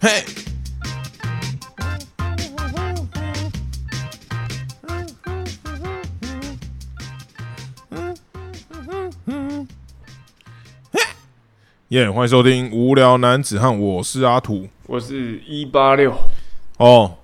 嘿，耶、欢迎收听《无聊男子汉》，我是阿土。我是一八六，哦，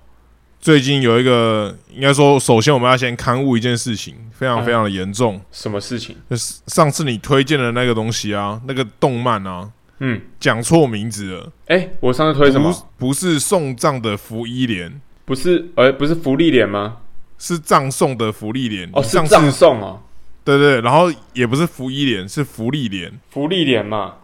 最近有一个，应该说，首先我们要先刊物一件事情，非常嗯非常的严重，什么事情？就是上次你推荐的那个东西啊，那个动漫啊，嗯，讲错名字了，哎、我上次推什么？不不是送葬的福一莲，不是，呃，不是福利脸吗？是葬送的福利莲。哦，你是上葬次送哦，对对，然后也不是福一莲，是福利莲。福利脸嘛。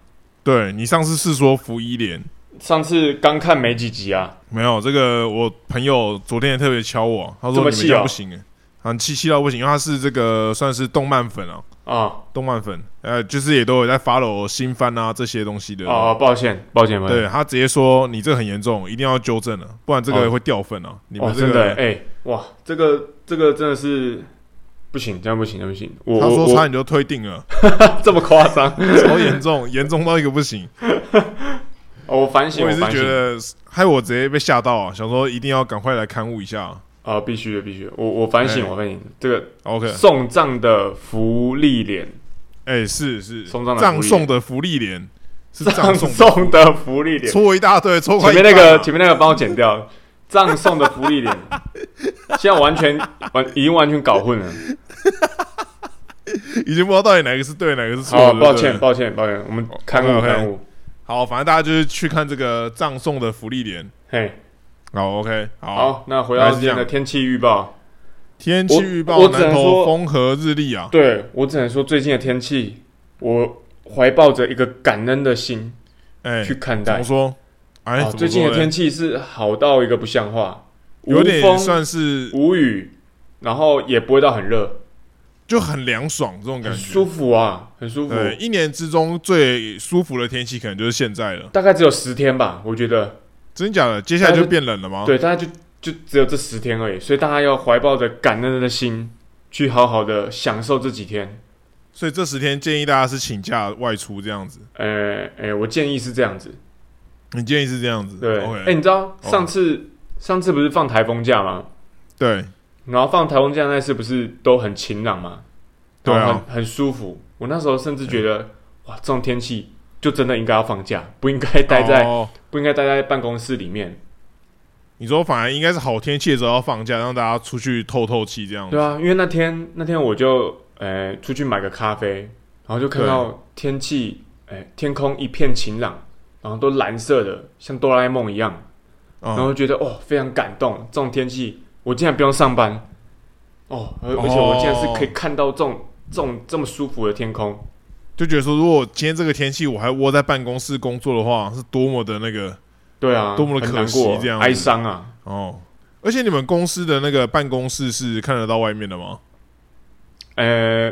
对你上次是说福一莲，上次刚看没几集啊，没有这个，我朋友昨天也特别敲我，他说这你么们气这样哦不行、欸，很气气到不行，因为他是这个算是动漫粉啊，啊动漫粉，呃，就是也都有在 follow 新番啊这些东西的。哦，哎抱歉，抱歉，抱歉。对他直接说你这个很严重，一定要纠正了、啊不然这个哦会掉分啊！你哦，们这真的，哎、个，哇，这个这个真的是不行，这样不行，这样不行。我他说我差我点就退订了，这么夸张、超严重，严重到一个不行。哦，我反省，我也是反省觉得，害我直接被吓到啊！想说一定要赶快来刊物一下。啊、必须的，必须的。我我反省，哎我反省。这个 OK，送葬的福利脸，哎、是是，送葬的葬福利送的福利连是 葬葬送的，送的福利脸，错一大堆，错快 前一面那半个啊前面那个帮我剪掉，葬送的福利 脸，现在完全完已经完全搞混了。已经不知道到底哪个是对，哪个是错好，了。抱对歉抱歉抱歉，我们刊物 OK，OK 刊物，好，反正大家就是去看这个葬送的福利连。嘿，好，OK，好。好，那回到还是今天这的样天气预报，天气预我报，我只能南投说风和日丽啊。对我只能说最近的天气，我怀抱着一个感恩的心哎、去看怎待么。说？哎、啊怎么最近的说天嘞气是好到一个不像话，无有点风哎算是无雨，然后也不会到很热，就很凉爽这种感很觉。舒服啊，很舒服。对，一年之中最舒服的天气可能就是现在了。大概只有十天吧，我觉得。真假的？接下来但是就变冷了吗？对，大家就就只有这十天而已，所以大家要怀抱着感恩的心，去好好的享受这几天。所以这十天建议大家是请假外出这样子。呃，哎、我建议是这样子，你建议是这样子？对，哎、 ，OK，、你知道哦上次、上次不是放台风假吗？对，然后放台风假那次不是都很晴朗吗？对啊嗯然后很很舒服。我那时候甚至觉得，哇，这种天气就真的应该要放假，不应该待在、哦不应该待在办公室里面。你说反而应该是好天气的时候要放假，让大家出去透透气这样子。对啊，因为那天那天我就呃出去买个咖啡，然后就看到天气，哎、天空一片晴朗，然后都蓝色的，像哆啦 A 梦一样，然嗯，后觉得哦非常感动，这种天气我竟然不用上班，哦，而而且哦我竟然是可以看到这种这种这么舒服的天空，就觉得说，如果今天这个天气我还窝在办公室工作的话，是多么的那个对啊，多么的很可难过惜这样子哀伤啊。哦。而且你们公司的那个办公室是看得到外面的吗？呃，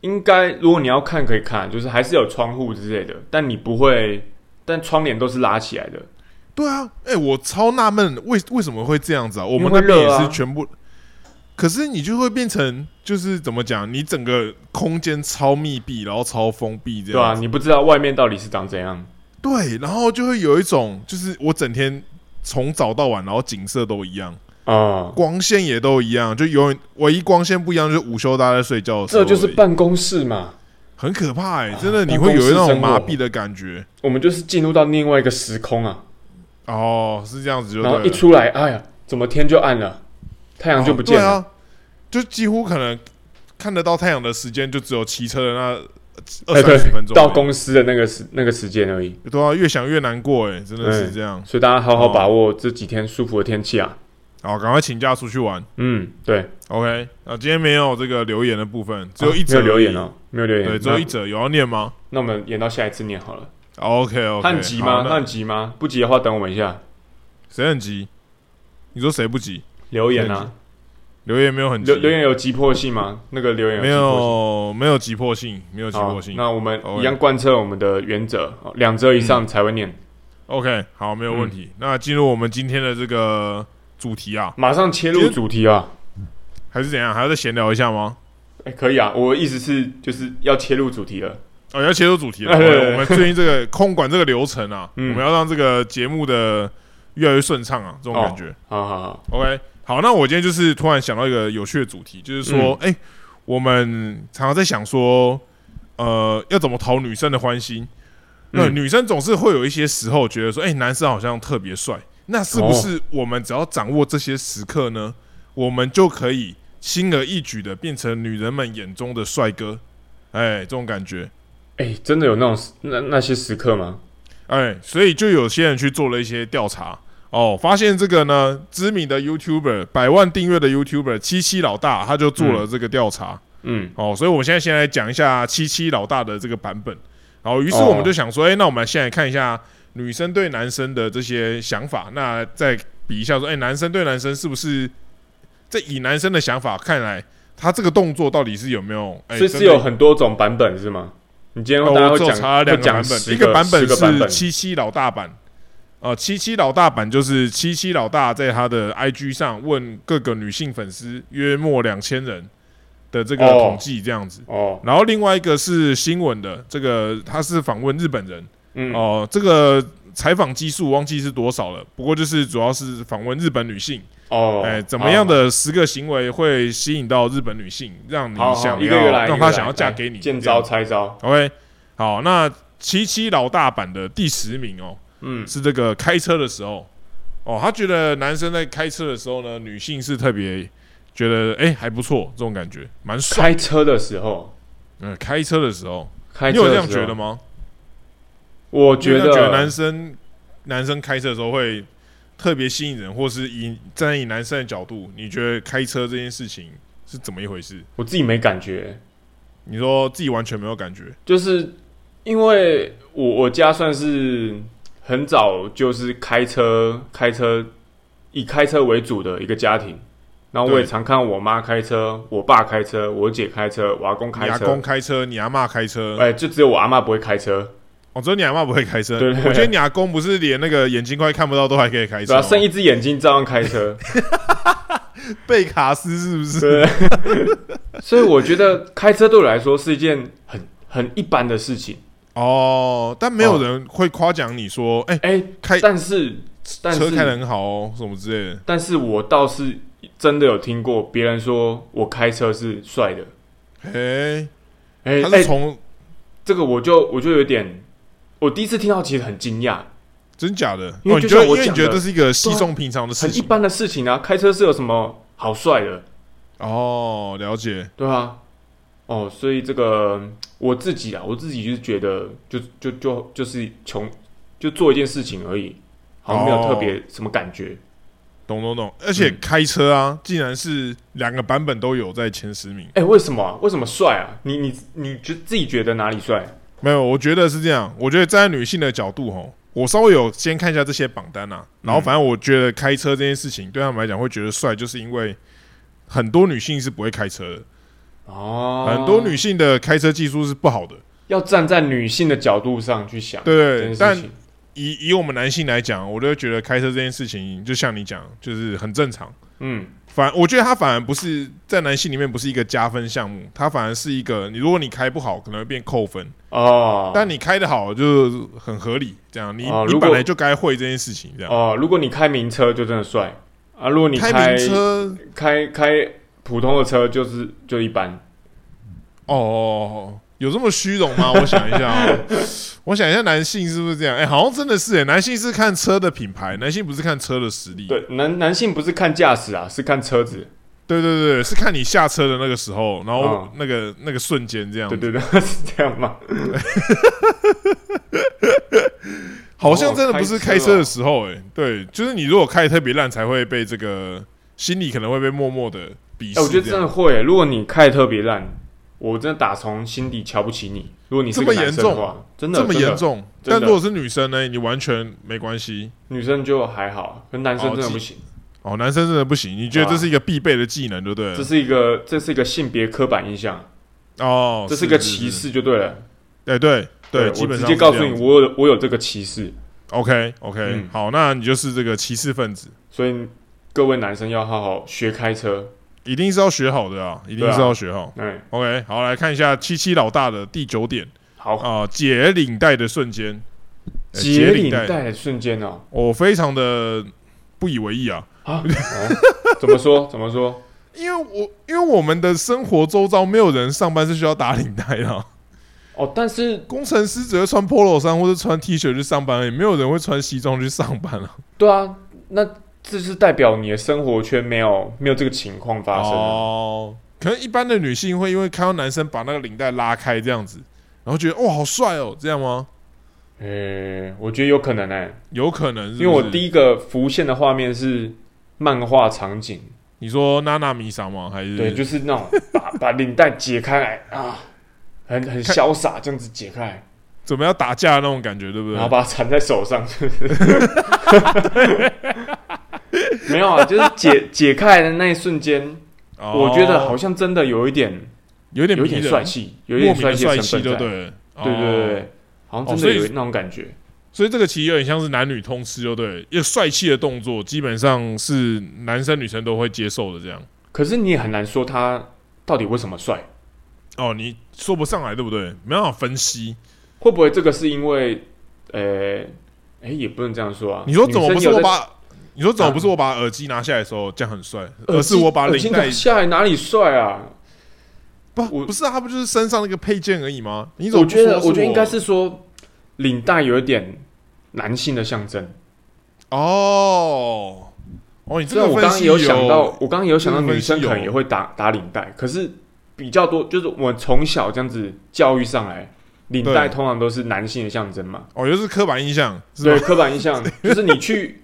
应该如果你要看可以看，就是还是有窗户之类的，但你不会，但窗帘都是拉起来的。对啊，哎、我超纳闷，为为什么会这样子啊？我们会那边热也啊是全部，可是你就会变成就是怎么讲，你整个空间超密闭，然后超封闭这对啊，样子。你不知道外面到底是长怎样。对，然后就会有一种就是我整天从早到晚，然后景色都一样，哦，光线也都一样，就永远唯一光线不一样就是午休大家在睡觉的时候而这已，就是办公室嘛，很可怕哎、啊真的你办会公有室那种生麻活痹的感觉。我们就是进入到另外一个时空啊，哦，是这样子就对然后了。一出来，哎呀，怎么天就暗了，太阳就不哦见对了。啊，就几乎可能看得到太阳的时间就只有骑车的那啊二哎对三十分钟、到公司的那个时那个时间而已，对啊，越想越难过哎、真的是嗯这样。所以大家好好哦把握这几天舒服的天气啊。好，赶快请假出去玩。嗯，对， OK，啊，今天没有这个留言的部分，只有一没则、有留言。哦，没有留言。对，只有一那则有要念吗那我们演到下一次念好了。 ？OK OK，他很急吗？他那很急吗？不急的话，等我们一下谁很急？你说谁不急？留言很啊。留言没有很急，留留言有急迫性吗？那个留言没急迫性有没有急迫性，没有急迫性。好那我们 OK 一样贯彻我们的原则，哦两则以上才会念。 OK，好，没有问嗯题。那进入我们今天的这个主题啊，马上切其入实主题啊！还是怎样？还要再闲聊一下吗？哎、可以啊，我的意思是就是要切入主题了。哦，要切入主题了。哎对对对我们最近这个空管这个流程啊， 嗯我们要让这个节目的越来越顺畅啊，这种感觉。好好好， OK，好，那我今天就是突然想到一个有趣的主题，就是说，嗯哎、我们常常在想说，呃，要怎么讨女生的欢心？那、嗯女生总是会有一些时候觉得说，哎、男生好像特别帅，那是不哦是我们只要掌握这些时刻呢，我们就可以轻而易举的变成女人们眼中的帅哥？哎、这种感觉。哎、真的有那种那那些时刻吗？哎，所以就有些人去做了一些调查哦，发现这个呢，知名的 YouTuber 百万订阅的 YouTuber 七七老大，他就做了这个调查、嗯，哦，所以我们现在先来讲一下七七老大的这个版本。然后，于是哦我们就想说，哎、那我们先来看一下女生对男生的这些想法，那再比一下说，哎、男生对男生是不是？这以男生的想法看来，他这个动作到底是有没有？哎，所以真是的有很多种版本是吗？你今天哦大家我会只有讲、查了会两个讲版10本，个一个版10个版是本，七七老大版。呃，七七老大版就是七七老大在他的 IG 上问各个女性粉丝约莫两千人的这个哦统计这样子。哦，然后另外一个是新闻的，这个他是访问日本人嗯，哦、这个采访基数忘记是多少了，不过就是主要是访问日本女性，哦，哎、怎么样的十个行为会吸引到日本女性，让你好？好好，想一个一个要让来，一个一个她来想要嫁来给你，见这样招拆招， OK，好，那七七老大版的第十名哦，嗯，是这个开车的时候哦，他觉得男生在开车的时候呢，女性是特别觉得哎、还不错，这种感觉蛮帅。开车的时候，嗯，开车的时候，开你车有这的样时觉得候，吗？我你有觉这样觉得男得生男生开车的时候会特别吸引人，或是以站在以男生的角度，你觉得开车这件事情是怎么一回事？我自己没感觉，你说自己完全没有感觉就是因为我我家算是很早就是开车开车以开车为主的一个家庭，然后我也对常看我妈开车，我爸开车，我姐开车，我阿公你开阿车公，开车，你阿妈开车，哎、就只有我阿妈不会开车，哦，只有你阿妈不会开车。对对对我觉得你阿公不是连那个眼睛快看不到都还可以开对车、啊，哦，剩一只眼睛照样开车，贝卡斯是不是？对，所以我觉得开车对我来说是一件很很一般的事情，哦，但没有人会夸奖你说，哎、哎、开但是但是车开的很好哦，什么之类的。但是我倒是真的有听过别人说我开车是帅的。哎、哎、他哎、是从、这个我就我就有点，我第一次听到其实很惊讶，真假的，因为哦、你就觉得像我因为你讲觉得的啊这是一个稀松平常的事很一情般的事情啊，开车是有什么好帅的，哦，了解。对啊，哦，所以这个我自己啊，我自己就是觉得就就就就是穷，就做一件事情而已，好像没有哦特别什么感觉，懂懂懂，而且嗯开车啊，竟然是两个版本都有在前十名。哎、为什么啊？为什么帅啊？你你你觉自己觉得哪里帅？没有，我觉得是这样。我觉得站在女性的角度，吼，我稍微有先看一下这些榜单啊，嗯然后反正我觉得开车这件事情对他们来讲会觉得帅，就是因为很多女性是不会开车的，哦，很多女性的开车技术是不好的，要站在女性的角度上去想对这对件对。事但情，以以我们男性来讲，我都觉得开车这件事情，就像你讲，就是很正常。嗯，反我觉得它反而不是在男性里面不是一个加分项目，它反而是一个你如果你开不好可能会变扣分，哦，但你开的好就是很合理，这样你、哦你如果本来就该会这件事情，这样。哦，如果你开名车就真的帅啊，如果你开名车开开普通的车就是就一般，哦，有这么虚荣 吗？我想一下、哦，我想一下，男性是不是这样？哎、好像真的是哎、男性是看车的品牌，男性不是看车的实力。对，男男性不是看驾驶啊，是看车子，对对对，是看你下车的那个时候，然后嗯那个、那个瞬间这样子对对对， 是这样吗？好像真的不是开车的时候哎、哦对，就是你如果开得特别烂，才会被这个心里可能会被默默的鄙哎、我视觉得这真样。的会、如果你开得特别烂，我真的打从心底瞧不起你。如果你是这么个男生严的重话，真的这么真的严重，真但的如果是女生呢，你完全没关系女生就还好，跟男生真的不行，哦。男生真的不行，你觉得这是一个必备的技能，对不对了？啊这是一个这是一个性别刻板印象，哦，这是个歧歧视。视就对了。哎，对对，基我本直上接是告这诉样你，子我有我有这个歧视， ，OK OK，、嗯好，那你就是这个歧视分子，所以各位男生要好好学开车。一定是要学好的啊，一定对啊是要学好。哎， OK，好，来看一下七七老大的第九点，好，啊、解领带的瞬间，呃哦解领带的瞬间哦，我非常的不以为意啊，啊，哦怎么说？怎么说？因为我因为我们的生活周遭没有人上班是需要打领带的啊、哦，但是工程师只会穿 polo 衫或者穿 T 恤去上班而已，没有人会穿西装去上班啊。对啊，那这是代表你的生活圈没有没有这个情况发生啊、哦，可能一般的女性会因为看到男生把那个领带拉开这样子，然后觉得哇好帅哦，这样吗？呃、我觉得有可能哎、有可能是不是因为我第一个浮现的画面是漫画场景，你说娜娜米莎吗？还是对，就是那种把把领带解开来啊，很很潇洒这样子解开来，怎么要打架的那种感觉，对不然后对？把它缠在手上。没有啊，就是解解开来的那一瞬间，哦我觉得好像真的有一点有点有一迷点人帅，气，有一莫点名的气的帅成气，分就在。对对了。对对哦，对，好像哦真所的以有那种感觉。所以这个其实有点像是男女通吃，就对了。一个帅气的动作，基本上是男生女生都会接受的这样。可是你也很难说他到底为什么帅，哦，你说不上来，对不对？没办法分析。会不会这个是因为，呃，哎、也不能这样说啊。你说怎么女不生是有我在把？你说怎么不是我把耳机拿下来的时候这样很帅，而是耳机我把耳机领带拿下来哪里帅啊？不我不是啊，它不就是身上那个配件而已吗？你怎么我不觉得，说我觉得应该我是说领带有一点男性的象征。哦哦，你这虽个然我分刚刚析哦也有想到，我刚刚也有想到这个分女生析有可能也会打打领带，可是比较多就是我们从小这样子教育上来，领带对通常都是男性的象征嘛。哦，就是刻板印象是对，吧？刻板印象就是你去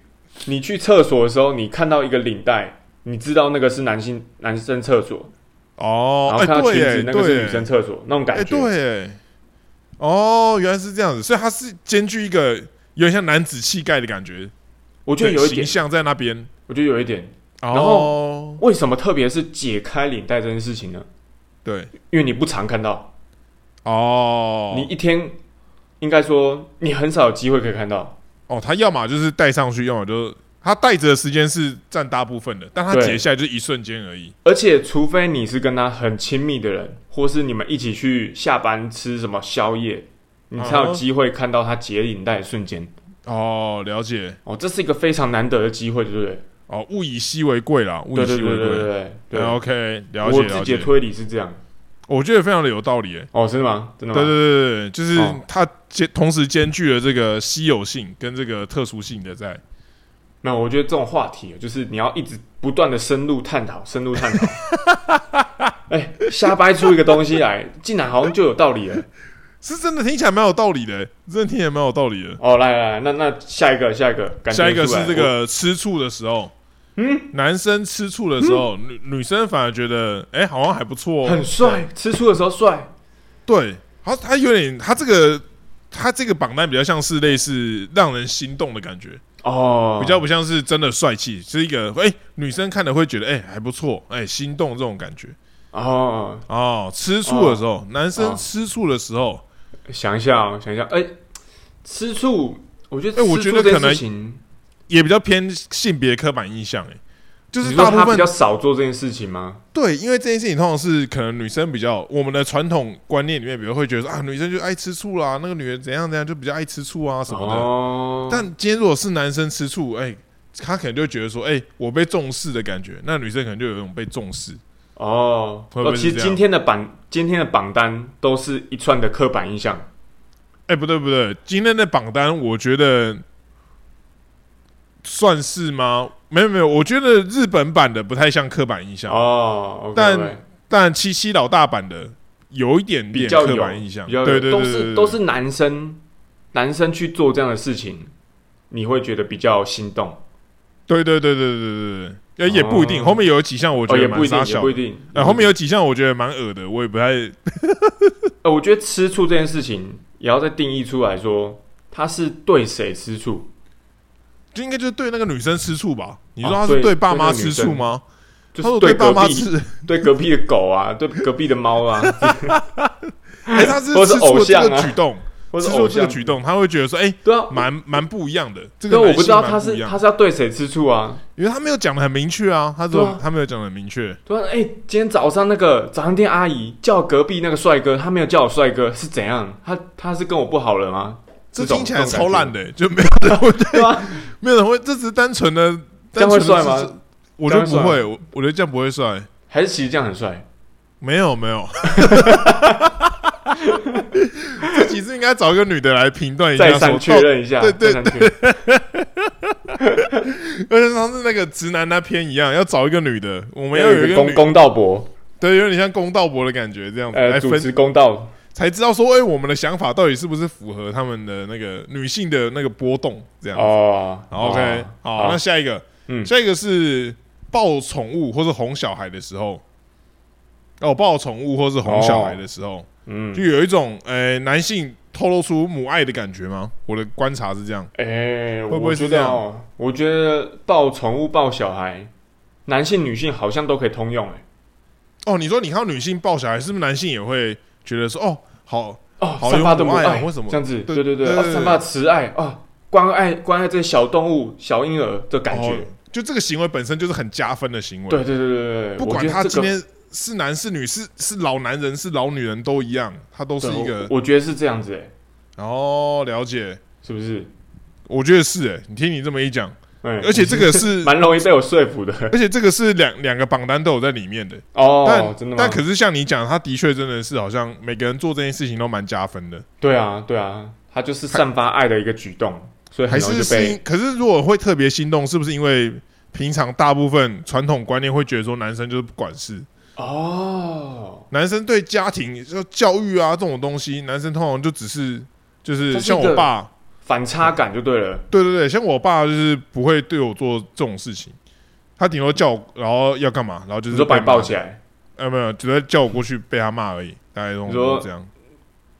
你去厕所的时候，你看到一个领带，你知道那个是男性男生厕所，然哦，后哎看到裙对子、耶，那个是对女耶生厕所那种哎感觉。对耶，哦原来是这样子，所以它是兼具一个有点像男子气概的感觉，我觉得有一形点，象在那边。哦我觉得有一点。然后后为什么特别是解开领带这件事情呢？对因为你不常看到，哦，你一天应该说你很少有机会可以看到。哦，他要么就是戴上去，要么就是他戴着的时间是占大部分的，但他对解下来就是一瞬间而已。而且，除非你是跟他很亲密的人，或是你们一起去下班吃什么宵夜，你才嗯有哼机会看到他解领带的瞬间。哦，了解。哦，这是一个非常难得的机会，对不对？哦，物以稀为贵啦，物对以稀对为对贵。对对对对。 o k 了解我自了己解的。推理是这样。我觉得非常的有道理、欸。哦，真的吗？真的对吗？对对对，就是哦它兼同时兼具了这个稀有性跟这个特殊性的在。那我觉得这种话题，就是你要一直不断的深入探讨，深入探讨。 哎、瞎掰出一个东西来，竟然好像就有道理了。是真的听起来蛮有道理的、欸，真的听起来蛮有道理的。哦，来来来，那那下一个，下一个，感觉下一个出来是这，个吃醋的时候，嗯，男生吃醋的时候，女女生反而觉得，哎、好像还不错、我哦，嗯很帅，吃醋的时候帅。对，他他有点，他这个他这个榜单比较像是类似让人心动的感觉，哦，比较不像是真的帅气，是一个哎、女生看了会觉得哎、还不错，哎、心动这种感觉。哦，哦，吃醋的时候，男生吃醋的时候，想一下哦，想一下，哎、吃醋，我觉得，哎我觉得可能事情，也比较偏性别刻板印象哎、就是你说大他部比分较少做这件事情吗？对，因为这件事情通常是可能女生比较，我们的传统观念里面，比如会觉得说啊，女生就爱吃醋啦，那个女人怎样怎样就比较爱吃醋啊什么的。哦，但今天如果是男生吃醋，哎、他可能就觉得说，哎、我被重视的感觉，那女生可能就有一种被重视。哦，会不会哦是其实这样今天的榜，今天的榜单都是一串的刻板印象。哎、不对不对，今天的榜单我觉得算是吗？没有没有，我觉得日本版的不太像刻板印象，哦，OK，但 OK 但七七老大版的有一点比点较有刻板印象，比较有对对对都对对是都是男生，男生去做这样的事情，你会觉得比较心动。对对对对对对对对，也也不一定，哦后面有几项我觉哦，也得不蛮一定，傻也小不一的，定。嗯呃后面有几项我觉得蛮恶的，我也不太呃，我觉得吃醋这件事情也要再定义出来说，他是对谁吃醋？就应该就是对那个女生吃醋吧？你说哦他对是对爸对那妈个女吃醋生吗？就他是说对对爸隔妈壁、 吃，对隔壁的狗啊，对隔壁的猫啊。 哎，他是都是吃醋偶的这像啊个举动，或者吃是醋偶这个像举动，他会觉得说，哎、对啊，蛮蛮不一样的。这对个啊，我不知道男性他蛮不是一样他是要对谁吃醋啊？因为他没有讲的很明确啊，他说、对啊他没有讲的很明确，对啊，哎、今天早上那个早餐店阿姨叫隔壁那个帅哥，他没有叫我帅哥是怎样？他他是跟我不好了吗？这种听起来这超种感烂的、就没有人会，觉对啊， 没有人会，这只是单纯的，这样会单纯的帅吗是？我觉得不这样会会，我我觉得这样不会帅，还是其实这样很帅？没有没 有。这其实应该找一个女的来评断一下再说，三确到认一下，对对再三确认而且上次那个直男那篇一样，要找一个女的，我们要有有一一个个公女，公道伯，对，有点像公道伯的感觉，这样子、呃，来主分持公道，才知道说，哎、我们的想法到底是不是符合他们的那个女性的那个波动这样。哦好 OK，哦好，那下一个，嗯下一个是抱宠物或是哄小孩的时候，哦，抱宠物或是哄小孩的时候，嗯就，有一种呃男性透露出母爱的感觉吗？我的观察是这样，哎、会不会我是觉这得样哦，我觉得抱宠物、抱小孩，男性、女性好像都可以通用、哎，哦，你说你看到女性抱小孩，是不是男性也会觉得说，哦，好，哦，好散发的母有母爱爱，啊为什么这样子？对对对对，对对哦对散发慈爱啊、哦，关爱关爱这小动物、小婴儿的感觉。哦就这个行为本身就是很加分的行为，对对对对对，不我管觉得他这今个天是男是女，是是老男人是老女人都一样，他都是对一个。我，我觉得是这样子、哎，哦，了解，是不是？我觉得是哎、你听你这么一 讲，哎、而且这个是，蛮容易被我说服的。 而且这个是两两个榜单都有在里面的。哦但，真的吗但？可是像你讲，他的确真的是好像每个人做这件事情都蛮加分的，对啊，对啊，他就是散发爱的一个举动，所以还很容易是就是因被可是如果会特别心动，是不是因为平常大部分传统观念会觉得说男生就是不管事，哦，男生对家庭就教育啊这种东西，男生通常就只是就是这是一像我个爸。反差感就对了。对对对，像我爸就是不会对我做这种事情，他顶多叫我，然后要干嘛，然后就你是说把被你骂抱起，来，呃，没有，只是叫我过去被他骂而已，大概都你说这样，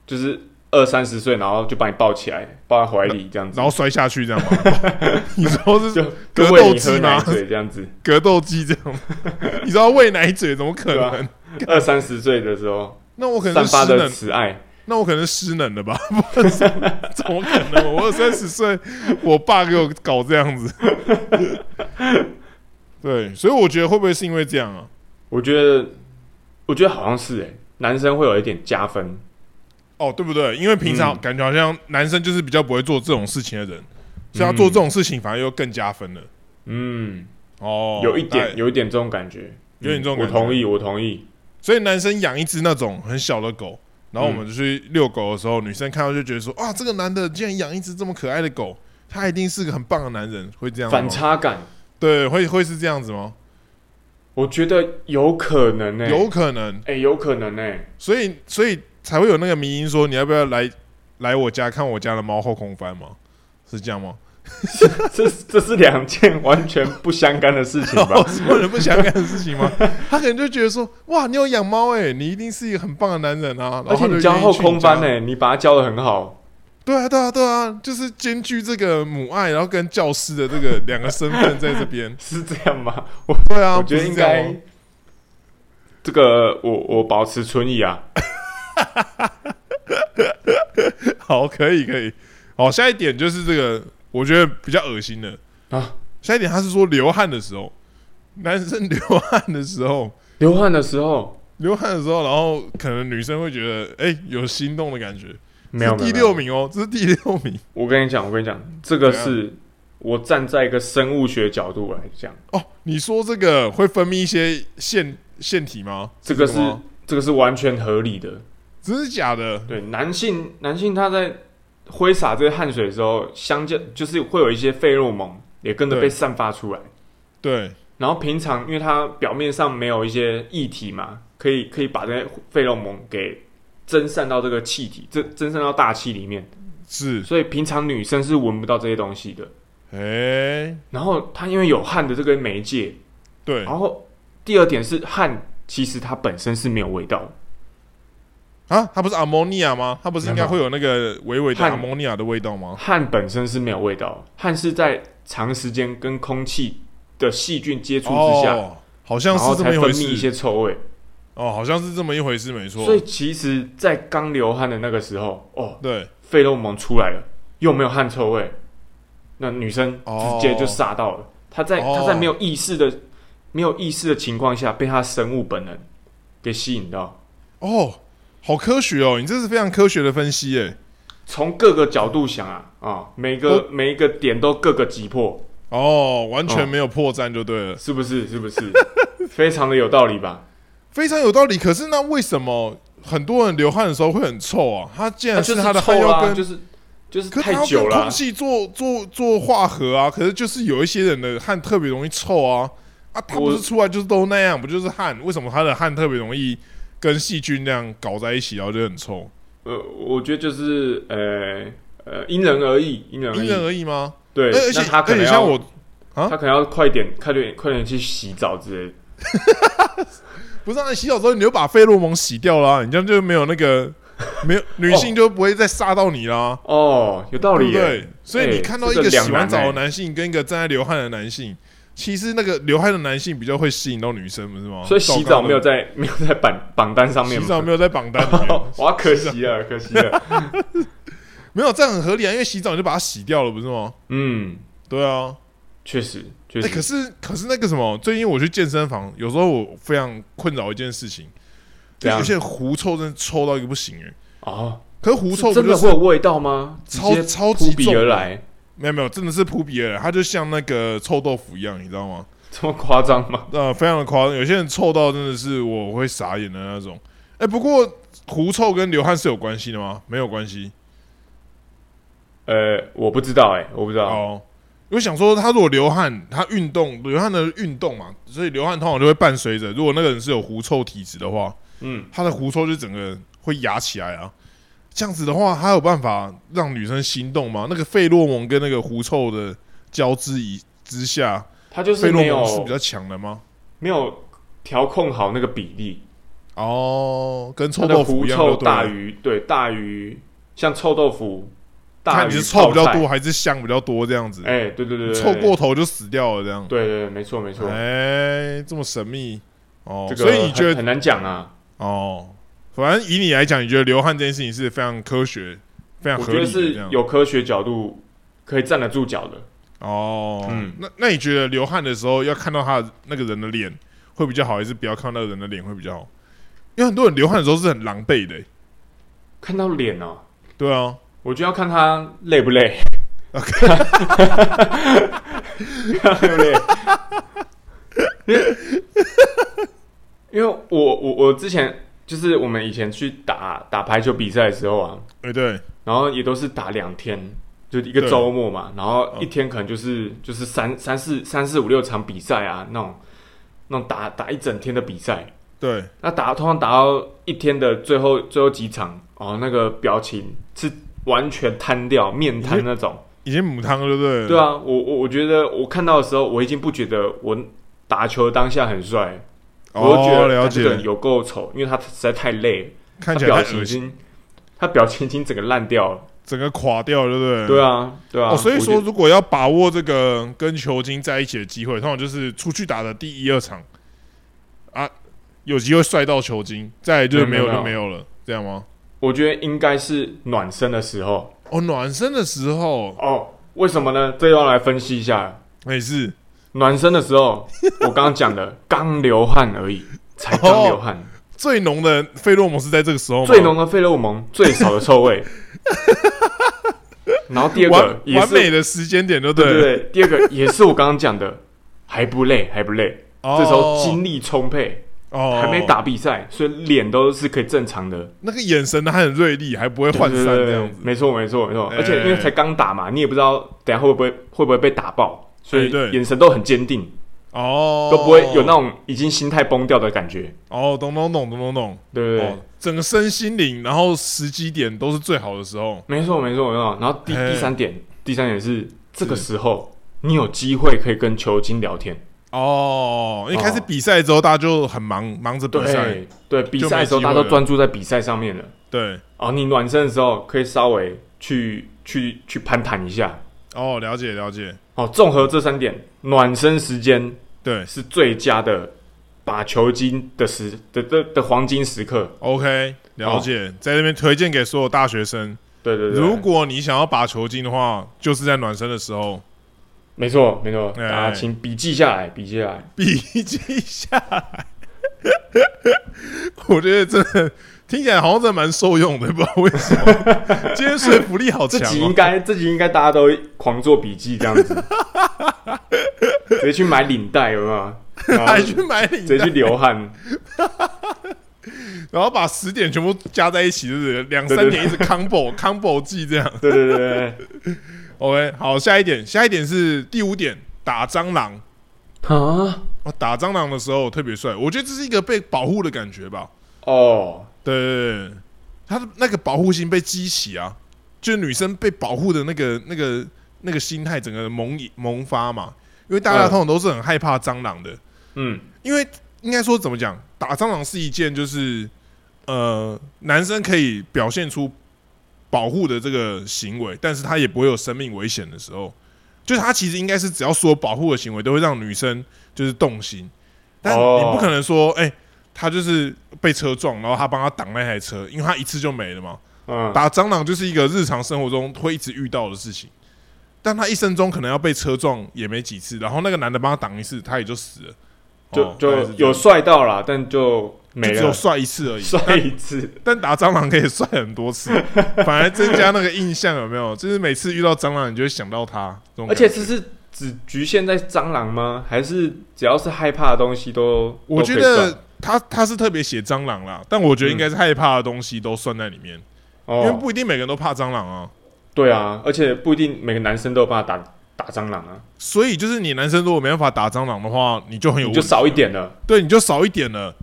就是二三十岁，然后就把你抱起来，抱在怀里这样子然，后摔下去这样嘛。 你说就是就格喂斗你喝机奶吗？嘴这样 子。格斗机这样吗？你知道喂奶嘴怎么可对能？二三十岁的时候，那我可能散是发失的能，慈爱，那我可能是失能了吧？ 不是怎么可能？我三十岁，我爸给我搞这样子。 对，所以我觉得会不会是因为这样啊？我觉得，我觉得好像是哎、男生会有一点加分。哦，对不对？因为平常嗯感觉好像男生就是比较不会做这种事情的人，所以他做这种事情反而又更加分了。嗯，哦，有一大点，概，有一点这种感觉，嗯有点这种我感觉同意，我同意。所以男生养一只那种很小的狗，然后我们就去遛狗的时候，女生看到就觉得说，哇，这个男的竟然养一只这么可爱的狗，他一定是个很棒的男人，会这样哦吗反？差感，对，会会是这样子吗？我觉得有可能呢、 有可能，哎、有可能呢、所以所以才会有那个迷因说，你要不要来来我家看我家的猫后空翻吗？是这样吗？这这是两件完全不相干的事情 吧哦，？是有人不想干的事情吗？ 他可能就觉得说，哇，你有养猫哎，你一定是一个很棒的男人 啊。而且你教教后空翻呢、呢、你把它教的很好，对啊，对啊，对啊，就是兼具这个母爱，然后跟教师的这个两个身份在这 边。是这样吗？对啊，我觉得不应是这样该吗。这个我我保持存疑啊， 好，可以，可以。好，下一点就是这个，我觉得比较恶心的啊。下一点他是说流汗的时候，男生流汗的时候，流汗的时候流汗的时候，然后可能女生会觉得，哎、有心动的感觉。没有这是第没有六名哦，这是第六名。我跟你讲，我跟你讲，这个怎样是我站在一个生物学角度来讲，哦，你说这个会分泌一些腺腺体吗？这个是吗这个是完全合理的。真的假的？对，男性男性他在挥洒这个汗水的时候，相较就是会有一些费洛蒙也跟着对被散发出来。对，然后平常因为它表面上没有一些液体嘛，可以可以把这些费洛蒙给蒸散到这个气体，蒸蒸散到大气里面，是，所以平常女生是闻不到这些东西的。哎、然后它因为有汗的这个媒介，对然后第二点是汗，其实它本身是没有味道的，啊，它不是 ammonia 吗？它不是应该会有那个微微的汗 ammonia 的味道吗？汗本身是没有味道的，汗是在长时间跟空气的细菌接触之下，哦，好像然后是这才么一分回泌一事。些臭味。哦，好像是这么一回事，没错所。以其实，在刚流汗的那个时候，哦，对，费洛蒙出来了，又没有汗臭味，那女生哦直接就吓到了。她在她在没有意识的、没有意识的情况下，被她生物本能给吸引到。哦，好科学哦，你这是非常科学的分析诶。从各个角度想啊，啊、每个每一个点都各个击破，哦，完全没有破绽就对了，是不是？是不 是？非常的有道理吧？非常有道理。可是那为什么很多人流汗的时候会很臭啊？他竟那然就是是他的汗臭要啦，跟就是就是可太是它要久跟了啊、空气做做做化合啊，可是就是有一些人的汗特别容易臭啊啊，他不我是出来就是都那样，不就是汗？为什么他的汗特别容易跟细菌那样搞在一起，然后就很臭？呃，我觉得就是呃呃，因人而异，因人而因异。人而异吗？对，而而且那他可而能且要像我，啊他可能要快点，快点，快点去洗澡之类的。不是让你洗澡之后，你就把费洛蒙洗掉啦、你这样就没有那 个没有女性就不会再杀到你啦、哦，有哦道对理不耶。对？所以你哎看到一这个个两洗完难澡哎的男性跟一个正在流汗的男性，其实那个流汗的男性比较会吸引到女生，不是吗？所以洗照刚澡的没有在没有在榜榜单上面哦洗吗。澡没有在榜单里 面，哇，可惜了，可惜 了。没有这样很合理啊，因为洗澡你就把它洗掉了，不是吗？嗯，对啊，确实，确哎、实。可是可是那个什么，最近我去健身房，有时候我非常困扰一件事情，就怎样有些人狐臭真的臭到一个不行哎、哦，可是狐臭不真就的是会有味道吗？直超接超级扑鼻重而来，没有没有，真的是扑鼻而来，它就像那个臭豆腐一样，你知道吗？这么夸张吗？呃，非常的夸张，有些人臭到真的是我会傻眼的那种。哎、不过狐臭跟流汗是有关系的吗？没有关系呃，我不知道，哎，我不知道。哦。我想说，他如果流汗，他运动流汗的运动嘛，所以流汗通常就会伴随着，如果那个人是有狐臭体质的话，嗯，他的狐臭就整个会压起来啊。这样子的话，他有办法让女生心动吗？那个费洛蒙跟那个狐臭的交织一之下，他就费是洛没蒙是比有较强的吗？没有调控好那个比例。哦，跟它臭的豆狐腐一样臭就对了大于对大于像臭豆腐大看于你是臭比较泡菜多，还是香比较多这样子，哎、对对对对，臭对过头就死掉了这样。对对对，没错没错，哎、这么神秘哦，这所个以你觉很得很难讲啊？哦，反正以你来讲，你觉得流汗这件事情是非常科学、非常我合觉理的得这是样有科学角度可以站得住脚的。哦。嗯那那你觉得流汗的时候要看到他的那个人的脸会比较好，还是不要看到那个人的脸会比较好？因为很多人流汗的时候是很狼狈的、看到脸哦、对啊，我就要看他累不累。 累不累？因为因为我我我之前就是我们以前去打打排球比赛的时候啊，哎、对，然后也都是打两天，就一个周末嘛，然后嗯一天可能就是、就是三三四三四五六场比赛啊，那种那种打打一整天的比赛，对，那打通常打到一天的最后最后几场哦，那个表情是完全瘫掉、面瘫那种。已经母汤了，对不对？对，啊，我我我觉得我看到的时候，我已经不觉得我打球当下很帅，我就觉哦，得了他这个人解，有够丑，因为他实在太累了，看起来他表太情恶已心，经他表情已经整个烂掉了。整个垮掉了，对不对？对啊，对嗯啊，哦，所以我觉说得如果要把握这个跟球精在一起的机会，通常就是出去打的第一二场啊，有机会帅到球精，再来就是没没有有就没没有了，这样吗？我觉得应该是暖身的时候哦，暖身的时候哦。为什么呢？这要来分析一下。也是暖身的时候，我刚刚 讲的刚流汗而已，才刚流汗，最浓的费洛蒙是在这个时候吗？最浓的费洛 蒙，最少的臭味。然后第二完个也完是，美的时间点，对不对对对，第二个也是我刚刚讲的， 还不累，还不累。哦这时候精力充沛，哦还没打比赛，所以脸都是可以正常的那个眼神，他很锐利，还不会涣对散对对这样子。没错，没错，没错。哎而且因为才刚打嘛，你也不知道等下会不会会不会被打爆，所以哎对眼神都很坚定，哦，都不会有那种已经心态崩掉的感觉，哦，懂懂懂懂懂懂，对不对？哦，整个身心灵，然后时机点都是最好的时候。没错，没错，没错。然后第哎第三点，第三点是这个时候你有机会可以跟球精聊天，哦，因为哦开始比赛之后，大家就很忙，忙着比赛。对对，比就没赛的时候机会大家都了专注在比赛上面了。对，哦，你暖身的时候可以稍微去去去攀谈一下。哦，了解了解，哦，综合这三点，暖身时间对是最佳的把球精的时的的的黄金时刻。 ，OK，了解，在这边推荐给所有大学生，对对对，如果你想要把球进的话，就是在暖身的时候没错没错，哎大家请笔记下来，笔记下来。笔记下来。 我觉得真的听起来好像真的蛮受用的，不知道为什 么。今天说服力好这强集哦应！该这集应该大家都狂做笔记这 样子，直接去买领带有没有？然后还去直买领接带去，流汗，然后把十点全部加在一起，就是两对三对点一直 combo combo 记这样。对对对对对 OK，好，下一点，下一点是第五点，打蟑螂。啊哦打蟑螂的时候特别帅，我觉得这是一个被保护的感觉吧。哦，对对对对，他的那个保护心被激起啊，就是女生被保护的那个那个那个心态，整个萌萌发嘛。因为大家嗯通常都是很害怕蟑螂的，嗯，因为应该说怎么讲，打蟑螂是一件就是呃男生可以表现出保护的这个行为，但是他也不会有生命危险的时候。就是他其实应该是只要所有保护的行为都会让女生就是动心，但哦你不可能说哎、他就是被车撞，然后他帮他挡那台车，因为他一次就没了嘛。嗯，打蟑螂就是一个日常生活中会一直遇到的事情，但他一生中可能要被车撞也没几次，然后那个男的帮他挡一次，他也就死了，就哦大概就是这样有帅到啦，但就没就只有了，帅一次而已， 帅一次，但打蟑螂可以帅很多次，反而增加那个印象有没有？就是每次遇到蟑螂，你就会想到他，这种而感且觉这是只局限在蟑螂吗？还是只要是害怕的东西都？我都可觉以算得他他是特别写蟑螂啦，但我觉得应该是害怕的东西都算在里面，因为嗯哦，不一定每个人都怕蟑螂啊。对啊，而且不一定每个男生都有办法打打蟑螂啊，所以就是你男生如果没办法打蟑螂的话，你就很有问你就题少一点了，对，你就少一点了，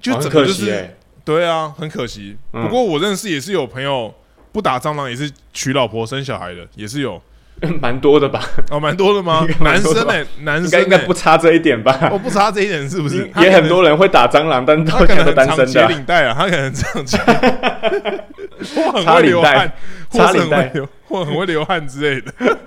就哦很整可个就惜是、哎。对啊，很可惜。嗯不过我认识也是有朋友不打蟑螂，也是娶老婆生小孩的，也是有 蛮多的吧，哦，蛮多的吗？应该男蛮多生的吧哎、男应生、该欸、哦应该不差这一点吧。我不差这一点是不是？他 也可很能多人会打蟑螂，但他到可现在能都很常单身解的啊，领带啊，他可能这样 解，或很插会领流带汗，或插是领很会带流， 或很会流汗之类的。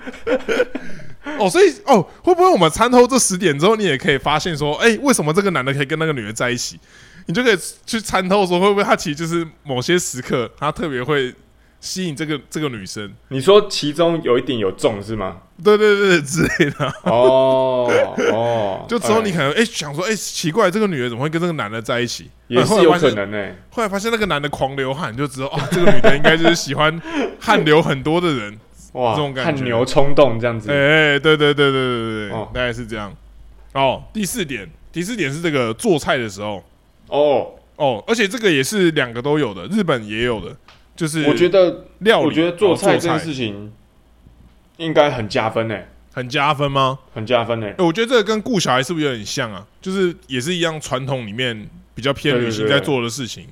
哦，所以哦，会不会我们参透这十点之后，你也可以发现说，哎、为什么这个男的可以跟那个女的在一起？你就可以去参透说，会不会他其实就是某些时刻他特别会吸引这个这个女生，你说其中有一点有中 是吗？对对对对之类的啊。哦哦，就之后你哎可能哎、想说，哎、奇怪，这个女的怎么会跟这个男的在一起？哎也后是来有发现可能欸呢。后来发现那个男的狂流汗，就知道哦， 这个女的应该就是喜欢汗流很多的人。哇，这种感觉汗牛充栋这样哎、子，对对对对对对对，哦大概是这样。哦，第四点，第四点是这个做菜的时候哦，哦，而且这个也是两个都有的，日本也有的，就是我觉得料理，我觉得然后做做菜这件事情应该很加分呢，很加分吗？很加分欸呢。哎我觉得这个跟顾小孩是不是有点像啊？就是也是一样，传统里面比较偏对对女性对在做的事情，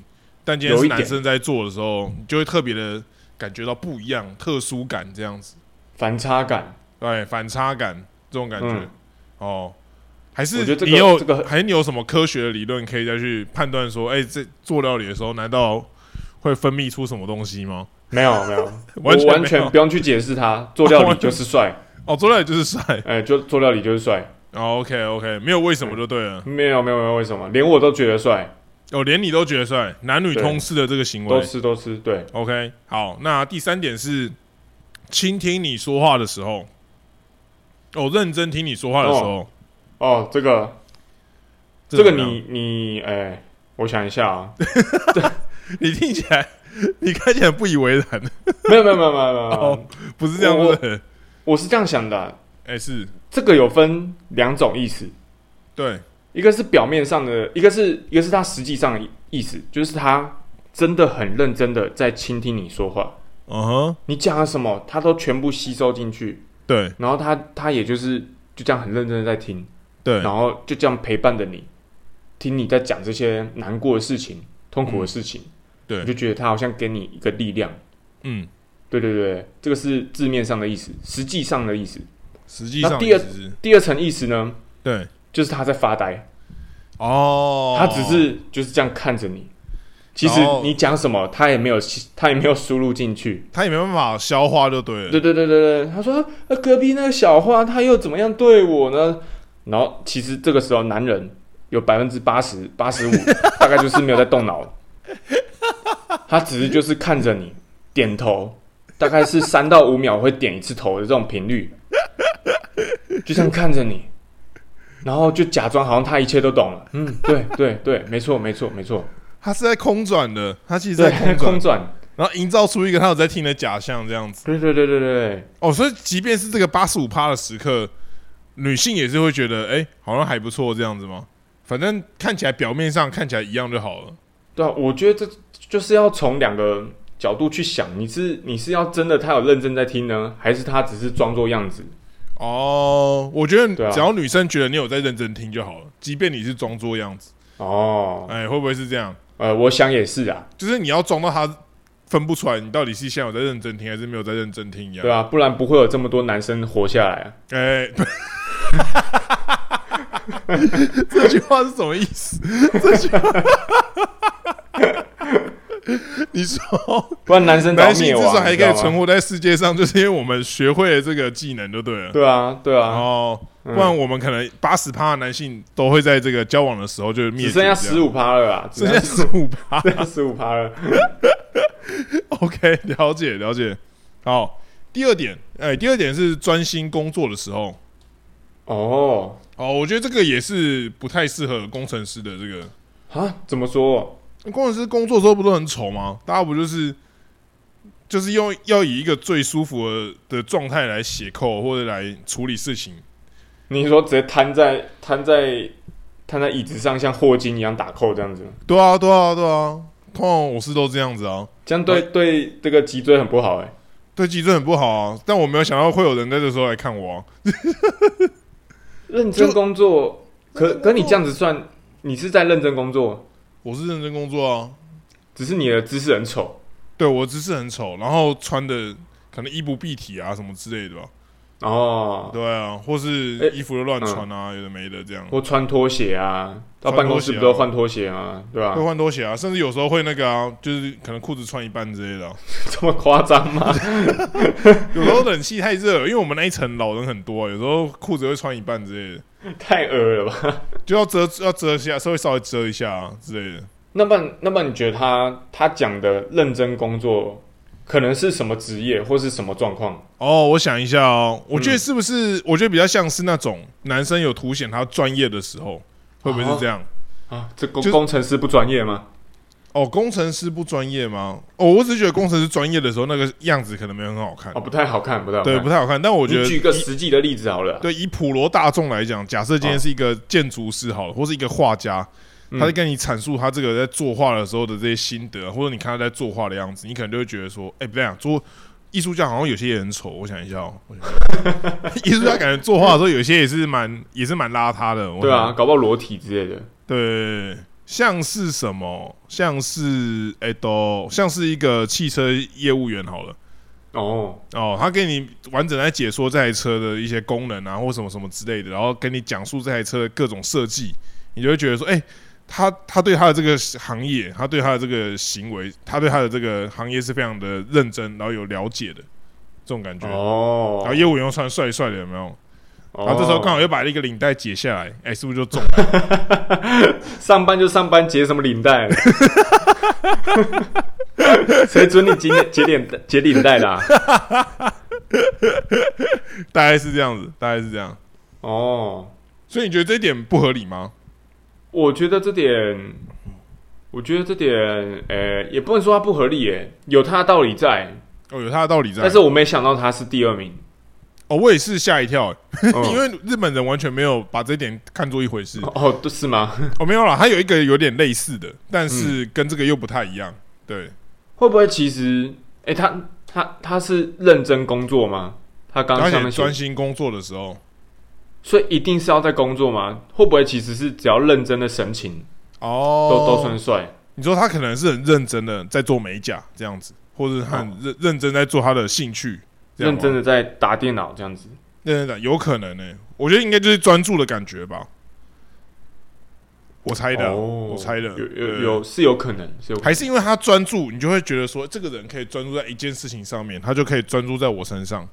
但今天有是一点男生在做的时候，你就会特别的感觉到不一样、特殊感这样子。反差感，对，哎反差感这种感觉。嗯哦，还是我觉得这个你有、这个还是你有什么科学的理论可以再去判断说，哎、这做料理的时候难道会分泌出什么东西吗？没有没有，我完全完没全有不用去解释它，做料理就是 帅，哦，做料理就是帅。哎，就做料理就是帅，哦，OK OK，没有为什么就对了。没有没有没有，为什么连我都觉得帅，哦，连你都觉得帅，男女对通吃的这个行都为。是都是对， OK，好，那第三点是倾听你说话的时候，哦，认真听你说话的时候，哦，这个这怎个么样 你你哎、我想一下啊，你听起来， 你看起来不以为然，没有没有没有没有没有没 有哦，不是这样我子。我是这样想的啊、哎、是这个有分两种意思，对，一个是表面上的，一个是一个是他实际上的意思，就是他真的很认真的在倾听你说话，嗯哼，你讲了什么，他都全部吸收进去，对然后他他也就是就这样很认真的在听，对，然后就这样陪伴着你，听你在讲这些难过的事情、痛苦的事情，嗯对你就觉得他好像给你一个力量。嗯，对对对，这个是字面上的意思，实际上的意思。实际上那第二其实是第二层意思呢，对就是他在发呆，哦，他只是就是这样看着你。其实哦你讲什么，他也没有吸，他也没有输入进去。他也没办法消化就对了，对对对对对，他说呃隔壁那个小花，他又怎么样对我呢？然后其实这个时候，男人有百分之八十、八十五， 大概就是没有在动脑，他只是就是看着你，点头，大概是三到五秒会点一次头的这种频率，就这样看着你，然后就假装好像他一切都懂了。嗯，对对对，没错没错没错，他是在空转的，他其实在对，空转，空转，然后营造出一个他有在听的假象这样子。对对对对对哦，所以即便是这个八十五趴的时刻，女性也是会觉得，哎、好像还不错这样子吗？反正看起来表面上看起来一样就好了。对啊！我觉得这就是要从两个角度去想，你是你是要真的他有认真在听呢，还是他只是装作样子？哦，我觉对得啊只要女生觉得你有在认真听就好了，即便你是装作样子，哦，哎、会不会是这样？呃，我想也是啊，就是你要装到她分不出来，你到底是现在有在认真听还是没有在认真听一样对。啊，不然不会有这么多男生活下来啊。哎、 对，这句话是什么意思？这句话， 你说不然男生早男性灭至亡，啊少还你可知道以吗存活在世界上，就是因为我们学会了这个技能，就对了。对啊，对然啊，后，不然我们可能八十趴的男性都会在这个交往的时候就灭绝，只剩下十五，五趴了啊，只剩下剩十五趴。下十五趴了。 OK，了解了解。好，第二点，哎、第二点是专心工作的时候。哦，哦，我觉得这个也是不太适合工程师的这个啊，怎么说？工程师工作的时候不都很丑吗？大家不就是就是用要以一个最舒服的的状态来写扣或者来处理事情？你说直接瘫在瘫在瘫在椅子上，像霍金一样打扣这样子，对啊，对啊，对啊，通常我是都这样子啊，这样对、对这个脊椎很不好哎、对脊椎很不好啊。但我没有想到会有人在这时候来看我、啊，认真就工作，可认真工作可你这样子算，你是在认真工作，我是认真工作啊。只是你的姿势很丑对我姿势很丑，然后穿的可能衣不蔽体啊什么之类的吧。哦，对啊，或是诶衣服都乱穿啊，有的没的这样。或穿拖鞋啊，到穿办公室拖鞋啊不都换拖鞋吗？对吧、 会换拖鞋啊，甚至有时候会那个啊，就是可能裤子穿一半之类的啊、这么夸张 吗？有时候冷气太热，因为我们那一层老人很多、啊，有时候裤子会穿一半之类的，太恶了吧？就要遮要遮一下，稍微稍微遮一下、啊、之类的。那么，那么你觉得他他讲的认真工作，可能是什么职业或是什么状况？哦，我想一下哦，我觉得是不是？我觉得比较像是那种男生有凸显他专业的时候，会不会是这样？啊，这工就是工程师不专业吗？哦，工程师不专业吗？哦，我只是觉得工程师专业的时候，那个样子可能没有很好看，哦，不太好看，不太好看。对，不太好看。但我觉得你举个以实际的例子好了。对以普罗大众来讲，假设今天是一个建筑师好了，或是一个画家，啊嗯他在跟你阐述他这个在作画的时候的这些心得，啊或者你看他在作画的样子，你可能就会觉得说，哎、不对啊，做艺术家好像有些也很丑。我想一下哦，我想一下 艺术家感觉作画的时候有些也是蛮也是蛮邋遢的。我对啊，想，搞不好裸体之类的。对，像是什么？像是哎、都像是一个汽车业务员好了。哦，哦，他给你完整来解说这台车的一些功能啊，或什么什么之类的，然后跟你讲述这台车的各种设计，你就会觉得说，哎、他他对他的这个行业，他对他的这个行为，他对他的这个行业是非常的认真，然后有了解的这种感觉。哦，然后业务员又穿帅帅的，有没有？哦然后这时候刚好又把一个领带解下来，哎、是不是就中了？ 上班就上班，结什么领 带？谁准你结结领结领带啦？大概是这样子，大概是这样。哦，所以你觉得这一点不合理吗？我觉得这点，我觉得这点，呃，也不能说它不合理，耶，有它的道理在，哦，有他的道理在。但是我没想到他是第二名，哦，我也是吓一跳、因 嗯、为日本人完全没有把这一点看作一回事。哦，对是吗？哦，没有啦，它有一个有点类似的，但是嗯跟这个又不太一样。对，会不会其实，哎、他他他是认真工作吗？他刚而啊刚上且面专写，心工作的时候，所以一定是要在工作吗？会不会其实是只要认真的神情都、哦，都算帅？你说他可能是很认真的在做美甲这样子，或者他很认、认真在做他的兴趣，这样哦认吗真的在打电脑这样子，认真的，有可能呢、我觉得应该就是专注的感觉吧。我猜的啊、哦我猜的，有有对有是有可能，是有可能还是因为他专注，你就会觉得说，这个人可以专注在一件事情上面，他就可以专注在我身上。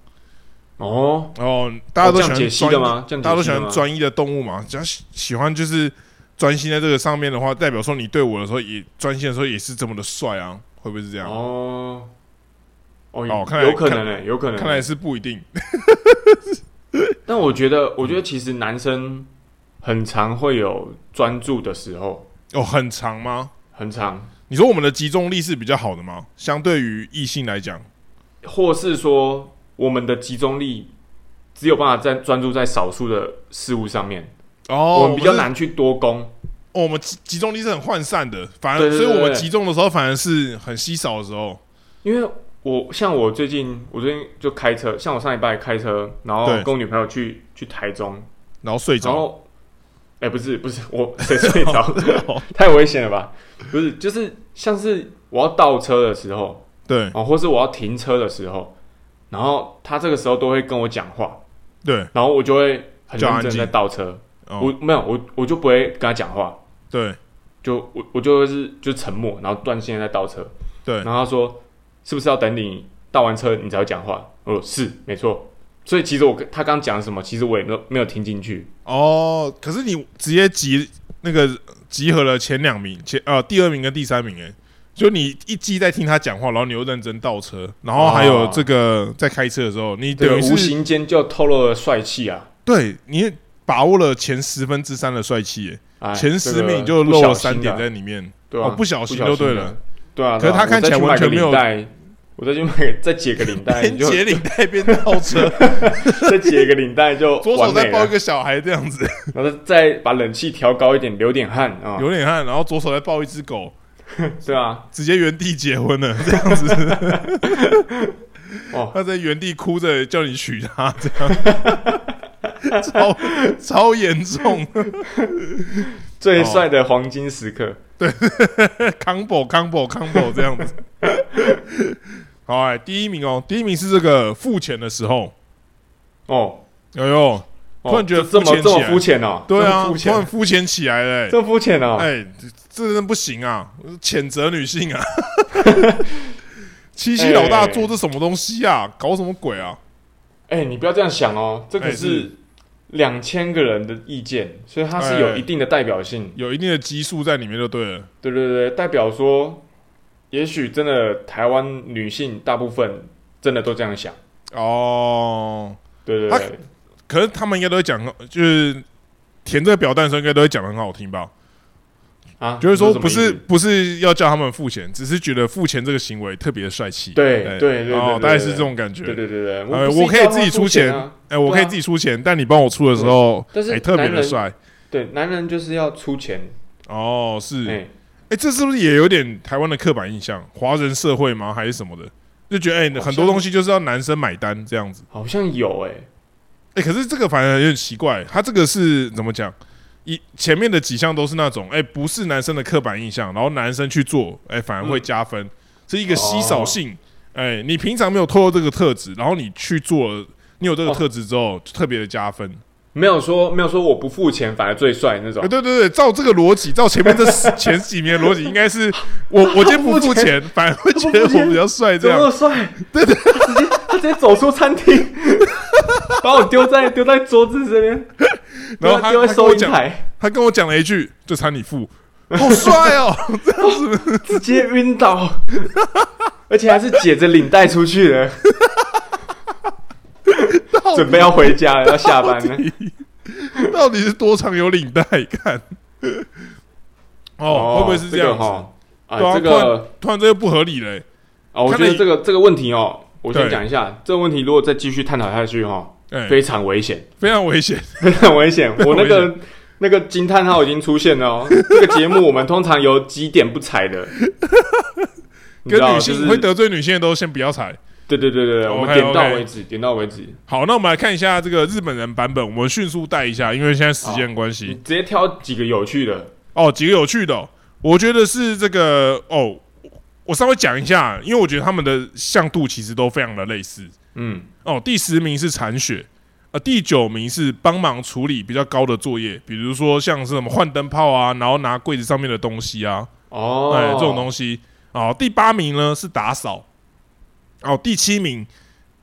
哦，哦，大家都喜哦这样欢解析专的吗？这样解析的吗大家都喜欢专一的动物嘛，只要喜喜欢就是专心在这个上面的话，代表说你对我的时候也专心的时候也是这么的帅啊，会不会是这样？哦。哦，哦看来有可能诶、有可能、看来是不一定。但我觉嗯得，我觉得其实男生很常会有专注的时候，哦，很长吗？很长，你说我们的集中力是比较好的吗？相对于异性来讲，或是说我们的集中力只有办法在专注在少数的事物上面，哦，我们比较是难去多攻。哦，我们集集中力是很涣散的，反而对对所对以我们对集中的时候反而是很稀少的时候。因为我像我最近，我最近就开车，像我上礼拜开车，然后对跟我女朋友去去台中，然后睡然着，后，哎、不是不是，我谁睡 着？哦 太危险了吧？不是，就是像是我要倒车的时候，对哦，或是我要停车的时候，然后他这个时候都会跟我讲话，对，然后我就会很就安认真在静倒车，我哦没有我我就不会跟他讲话，对就我我就会是就沉默，然后断线在倒车，对然后他说是不是要等你倒完车你才会讲话？我说是，没错。所以其实我跟他刚讲什么，其实我也没有没有听进去。哦，可是你直接集那个集合了前两名，前呃第二名跟第三名，哎，就你一记在听他讲话，然后你又认真倒车，然后还有哦这个在开车的时候，你对，等于无是形间就透露了帅气啊！对你把握了前十分之三的帅气，哎哎，前这十个名你就不漏小了心三点的在里 面，对啊，哦不小心就对的了，对啊。可是对啊他看起来我再完去全买个没有领带，我再去买个再解个领 带，边你就解领带边倒车， 再解个领带就左完手美再抱一了，个小孩这样子。 然后再把冷气调高一点，流点汗啊，流点汗，然后左手再抱一只狗，对啊，直接原地结婚了，这 样子。哦他在原地哭着叫你娶她，这样 超超严重。最帅的黄金时刻， combo combo combo 这样子。好、哎，第一名哦，第一名是这个付钱的时候，哦，哎呦，哦突然觉得这这肤么浅这么起来肤浅哦，对这么啊，肤突然浅，肤浅起来了、哎这么肤浅哦，哎，这这真的不行啊！谴责女性 啊！七七老大做这什么东西啊？搞什么鬼啊？哎，你不要这样想哦，这哎可是是两千个人的意见，所以它是哎有一定的代表性，有一定的基数在里面就对了。对对对，代表说，也许真的台湾女性大部分真的都这样想，哦，对对她对，可是他们应该都会讲，就是填这个表单的时候，应该都会讲的很好听吧？啊，就是说，你不什么意是思，不是要叫他们付钱，只是觉得付钱这个行为特别帅气。对对对对哦对，大概对是这种感觉。对对对对，呃不是我可以要他自己出出钱啊，哎，我可以对啊自己出钱，但你帮我出的时候，但是哎，特别男的人帅。对，男人就是要出钱，哦，是。哎，哎、这是不是也有点台湾的刻板印象？华人社会吗？还是什么的？就觉得哎、好像很多东西就是要男生买单这样子。好像有哎，哎、可是这个反而有点奇怪，他这个是怎么讲？一前面的几项都是那种哎、不是男生的刻板印象，然后男生去做，哎、反而会加分，是一个稀少性。哎、你平常没有透露这个特质，然后你去做了，你有这个特质之后，就特别的加分。没有说没有说我不付钱反而最帅那种哎，，对对对，照这个逻辑，照前 面这十前几年的逻辑，应该是我我今天不付 钱，反而会觉得 我比较帅这怎么样那。么帅？对对，他直接他直接走出餐 厅，把我丢在丢在桌子这边，然后他丢他在跟收我银讲，台，他跟我讲了一 句：“这餐你付。”好帅 哦！直接晕倒， 而且还是解着领带出去的，准备要回家了，要下班了。到底是多长有领带？ 看， 哦，会不会是这样个子？哈？啊对啊，这突然个突然这又不合理嘞。啊，我看觉来得这个这个问题哦，我先对讲一下，这个问题如果再继续探讨下去哈，哎，非常危险。 非常危险。非常危 险。我那危个那个惊叹号已经出现了哦。这个节目我们通常有几点不 踩的，你知跟道女就是性会得哦罪女性的都先不要踩。对对对对对， OK，我们点到 OK 为止，点到为止。好，那我们来看一下这个日本人版本，我们迅速带一下，因为现在时间关你系。直接挑几个有趣的，哦，几个有趣的哦、我觉得是这个哦，我稍微讲一下，因为我觉得他们的向度其实都非常的类似。嗯，哦，第十名是铲雪，呃，第九名是帮忙处理比较高的作业，比如说像是什么换灯泡啊，然后拿柜子上面的东西啊，哦，哎、这种西，东西。哦，第八名呢是打扫，哦，第七名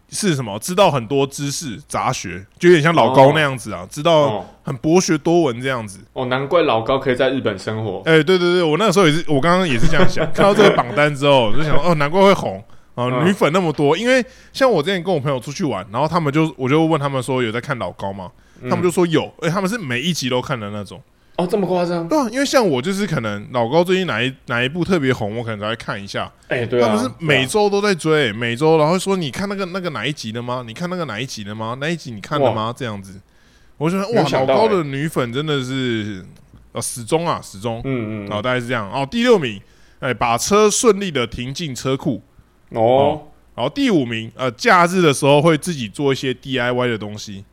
是什么？知道很多知识，杂学，就有点像老高那样子啊，知道哦很博学多闻这样子。哦，难怪老高可以在日本生活，哎哎、对对对，我那个时候也是，我刚刚也是这样想，看到这个榜单之后，我就想，哦，难怪会红。啊、嗯女粉那么多，因为像我之前跟我朋友出去玩，然后他们就我就问他们说有在看老高吗？嗯他们就说有，而且他们是每一集都看的那种。哦，这么夸张？对啊，因为像我就是可能老高最近哪一哪一部特别红，我可能才会看一下。哎、对啊，他们是每对啊周都在追，每周然后说你看那个那个哪一集的吗？你看那个哪一集的吗？哪一集你看了吗？这样子，我就觉得没有哇，想老到高欸的女粉真的是呃始终啊始终，嗯嗯然后大概是这样。哦，第六名，哎，把车顺利的停进车库。哦然后第五名，呃，假日的时候会自己做一些 DIY 的东西。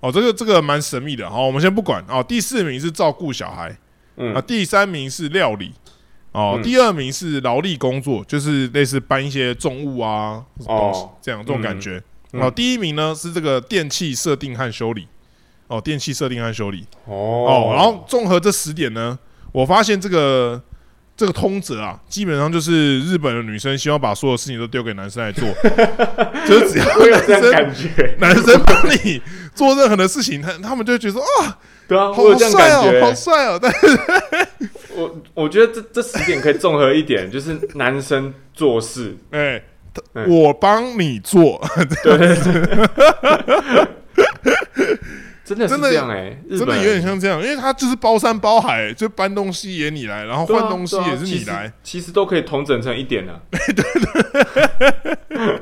哦，这个这个蛮神秘的。好，我们先不管。哦，第四名是照顾小孩，啊、嗯第三名是料理，哦，嗯第二名是劳力工作，就是类似搬一些重物啊，哦这样这种感觉。嗯哦，第一名呢是这个电器设定和修理，哦，电器设定和修理。哦哦，然后综合这十点呢，我发现这个这个通则啊，基本上就是日本的女生希望把所有事情都丢给男生 来做，就是只要 我有这男 生。样感觉，男生帮你做任何的事情，他他们就会觉得说哦，对啊，我好有这样帅感觉哦，。好帅哦。但我我觉得这这十点可以综合一点，就是男生做事，哎、他嗯我帮你做，对对对，真的是真的这样哎、日真本的人有点像这样，因为他就是包山包海，就搬东西也你来，然后对啊换东西对啊也是其你实来。其实都可以统整成一点啊了。啊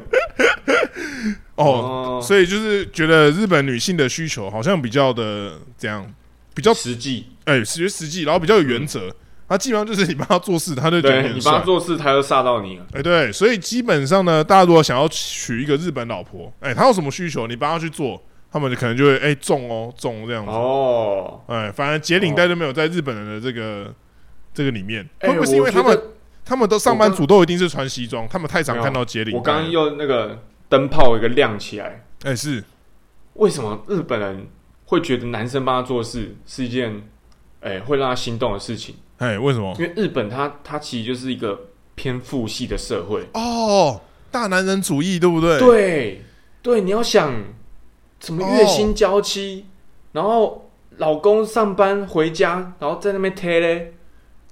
哦，所以就是觉得日本女性的需求好像比较的这样，比较实际，哎，实实际，然后比较有原则。他基本上就是你帮他做事，他就觉得你嗯对你很帮帅他。做事，他又煞到你啊了。哎，对，所以基本上呢，大家如果想要娶一个日本老婆，哎，她有什么需求，你帮她去做，他们就可能就会哎中哦中这样子。哦，哎，反正解领带都没有在日本人的这个这个里面，哎会不会是因为他们？他们都上班我刚族都一定是穿西装，他们太常看到接领带我刚刚用那个灯泡一个亮起来，哎、是为什么日本人会觉得男生帮他做事是一件哎、会让他心动的事情？哎、为什么？因为日本它它其实就是一个偏父系的社会。哦，大男人主义，对不对？对对，你要想什么月薪娇妻，然后老公上班回家，然后在那边贴嘞，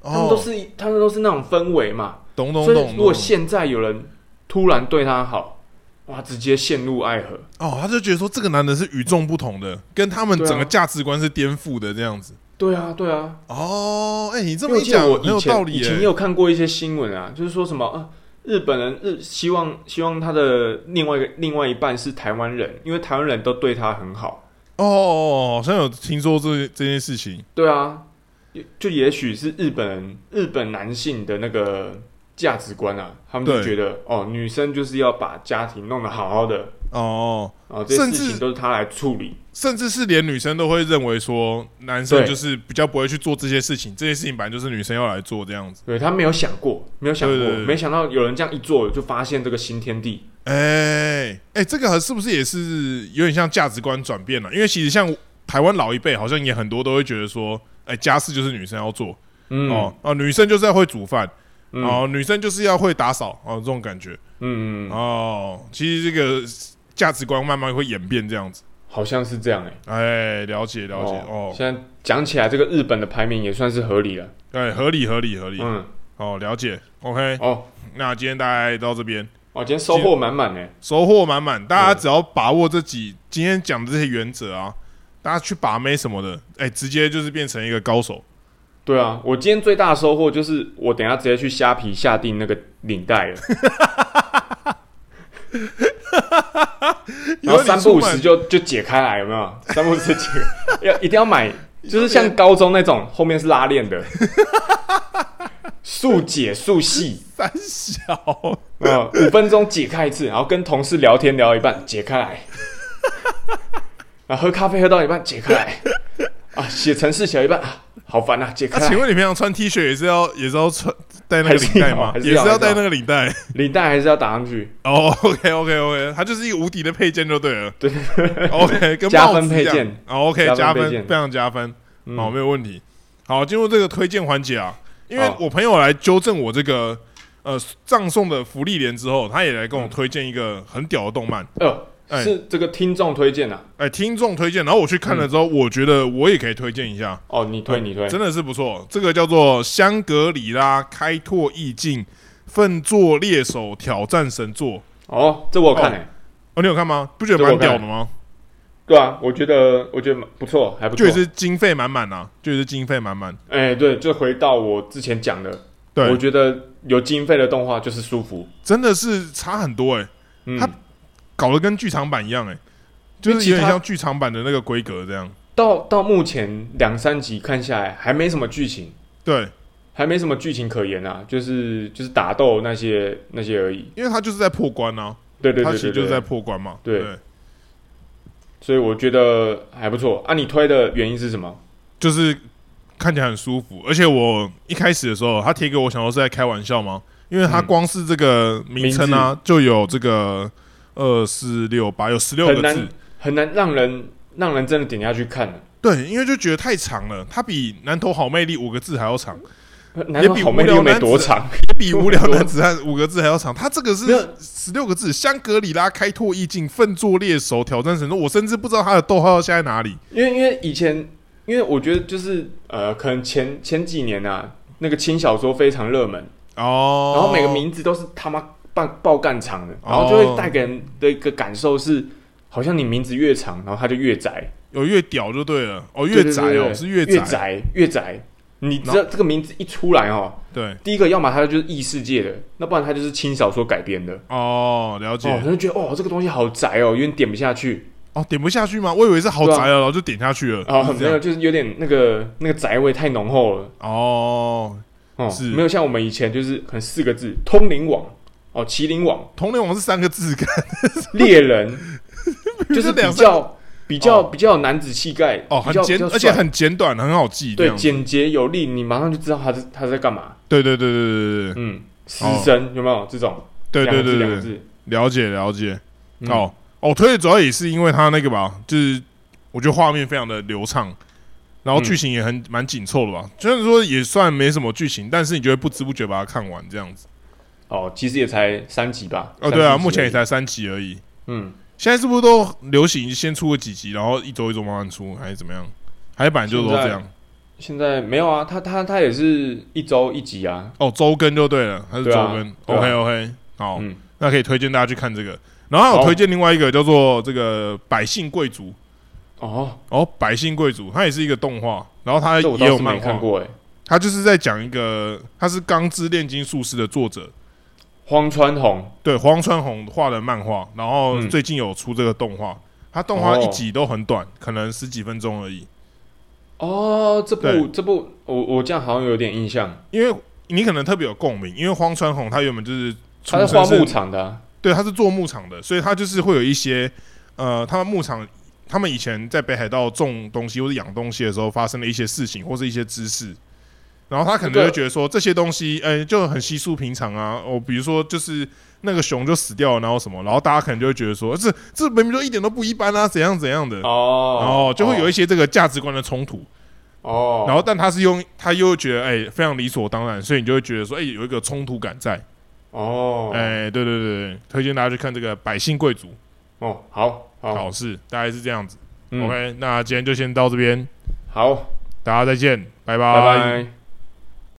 他们都哦，是、他们都是那种氛围嘛。懂懂所以懂如果懂。现在有人突然对他好，哇，直接陷入爱河。哦，他就觉得说这个男人是与众不同的，跟他们对啊整个价值观是颠覆的这样子。对啊，对啊，哦，哎、你这因么为我一记得讲我很以有前道理、以耶。前也有看过一些新闻啊，就是说什么啊，日本人日希望希望他的另外一个另外一半是台湾人，因为台湾人都对他很好。哦哦，好像有听说这这件事情。对啊，也就也许是日本人日本男性的那个价值观啊，他们就对觉得哦，女生就是要把家庭弄得好好的，哦，然后这些甚事至情都是他来处理。甚至是连女生都会认为说，男生对就是比较不会去做这些事情，这些事情本来就是女生要来做这样子。对他没有想过，没有想过，对对对没想到有人这样一做，就发现这个新天地。哎、哎、这个是不是也是有点像价值观转变了、因为其实像台湾老一辈，好像也很多都会觉得说，哎、家事就是女生要做、嗯，哦，啊、女生就是要会煮饭，嗯哦，女生就是要会打扫，哦，这种感觉。嗯，嗯，哦，其实这个价值观慢慢会演变这样子。好像是这样哎、欸。哎、了解了解，哦，现在讲起来，这个日本的排名也算是合理了。哎、合理合理合理，嗯，哦，了解，OK，哦，那今天大概到这边。哦，今天收获满满呢。收获满满。大家对只要把握这几今天讲的这些原则啊，大家去把妹什么的，哎、直接就是变成一个高手。对啊，我今天最大的收获就是，我等一下直接去虾皮下定那个领带 了，然后三不五时就就解开来，有没有？三不五时解开，要一定要 买，就是像高中那种后面是拉链的，速解速系，三小，呃，五分钟解开一次，然后跟同事聊天聊一半解开来，啊，喝咖啡喝到一半解开来，啊，写程式写到一半啊，好烦啊，解那、开来请。问你平常穿 T 恤也是要也是要穿带那个领带吗？还是也要还是要是要带那个领带？领带还是要打上去，哦、o k OK OK，它就是一个无敌的配件就对了。对 OK，跟加帽分子配一样件哦，OK，加分加配分，件非常加分，嗯好，没有问题。好，进入这个推荐环节啊，因为好我朋友来纠正我这个呃葬送的福利连之后，他也来跟我嗯推荐一个很屌的动漫，呃，哎是这个听众推荐啊。哎，听众推荐，然后我去看嗯了之后，我觉得我也可以推荐一下，哦，你推你推，真的是不错。这个叫做《香格里拉开拓意境》。奋作猎手挑战神作。哦，这我有看诶、哦，你有看吗？不觉这得蛮我看屌了的吗？对啊，我觉得我觉得蛮不错，还不就错也。是经费满满啊，就也是经费满满。哎、对，就回到我之前讲的，我对，觉得有经费的动画就是舒服。真的是差很多哎、嗯，它搞得跟剧场版一样哎、就因为是其有点他像剧场版的那个规格这样。到到目前两三集看下来，还没什么剧情，对，还没什么剧情可言啊，就是就是打斗那些那些而已。因为他就是在破关啊，对对他对其实对就是对在破关嘛。对对，所以我觉得还不错啊。你推的原因是什么？就是看起来很舒服。而且我一开始的时候，他贴给我，想说是在开玩笑吗？因为他嗯光是这个名称啊，就有这个二四六八，有十六很个字难。很难让人让人真的点下去看啊的，对，因为就觉得太长了，它比《南投好魅力》五个字还要长，难道比好无魅力聊又没男多子啊长？也比《无聊男子汉》 五个字还要长。它这个没有是十六个字，香格里拉开拓意境，奋作猎手，挑战神作。我甚至不知道它的逗号要下在哪里。因为因为以前，因为我觉得就是呃，可能前前几年啊，那个轻小说非常热门，哦，然后每个名字都是他妈爆爆干长的，然后就哦会带给人的一个感受是，好像你名字越长，然后它就越窄，有越屌就对了，哦，对越对宅对哦，对是越宅，窄越窄。你知道这个名字一出来哦，对，第一个要么它就是异世界的，那不然它就是轻小说改编的。哦，了解哦，，我就觉得哦，这个东西好窄哦，有点点不下去哦，点不下去吗？我以为是豪宅哦对啊了，然后就点下去了，啊， 是没这有，样，就是有点那个那个宅味太浓厚了。哦，哦，是没有像我们以前就是可能四个字，通灵网哦，麒麟 网，同联网是三个字， 干猎人，就是比两三较比较比较有男子气概哦，比很较简比较，帅而且很简短，很好记，这对样子简洁有力，你马上就知道他在他在干嘛。对对对对对嗯，师哦生有没有这种？对对对对两个对字对，两个字了解了解，嗯哦，哦，推的主要也是因为它那个吧，就是我觉得画面非常的流畅，然后嗯剧情也很蛮紧凑的吧，虽然说也算没什么剧情，但是你就会不知不觉把它看完这样子。哦，其实也才三集吧。哦，对啊，三四集目前而也已才三集而已。嗯，现在是不是都流行先出个几集，然后一周一周慢慢出，还是怎么样？还是版就都这现样？现在没有啊，他他他也是一周一集啊。哦，周更就对了，还是周对啊更、对啊 o k OK，好，嗯那可以推荐大家去看这个。然后还有好推荐另外一个叫做这个《百姓贵族》哦，哦，《百姓贵族》它也是一个动画，然后它这我也倒有是没漫看画，过哎。它就是在讲一个，它是《钢之炼金术师》的作者，荒川弘，对荒川弘画的漫画，然后嗯最近有出这个动画，它动画哦一集都很短，可能十几分钟而已。哦，这部对这部我我这样好像有点印象，因为你可能特别有共鸣，因为荒川弘他原本就是出他在生花是牧，场的啊、对，他是做牧场的，所以他就是会有一些呃，他们牧场，他们以前在北海道种东西或者养东西的时候发生的一些事情或是一些知识，然后他可能这个就会觉得说这些东西，呃、就很稀疏平常啊。哦，比如说就是那个熊就死掉了，然后什么，然后大家可能就会觉得说这这明明就一点都不一般啊，怎样怎样的，哦，然后就会有一一些这个价值观的冲突。哦，然后但他是用，他又觉得哎、非常理所当然，所以你就会觉得说哎、有一个冲突感在，哦，哎、对对对对，推荐大家去看这个《百姓贵族哦，好好考试》，大概是这样子。嗯 OK，那今天就先到这边，好，大家再见，拜拜拜。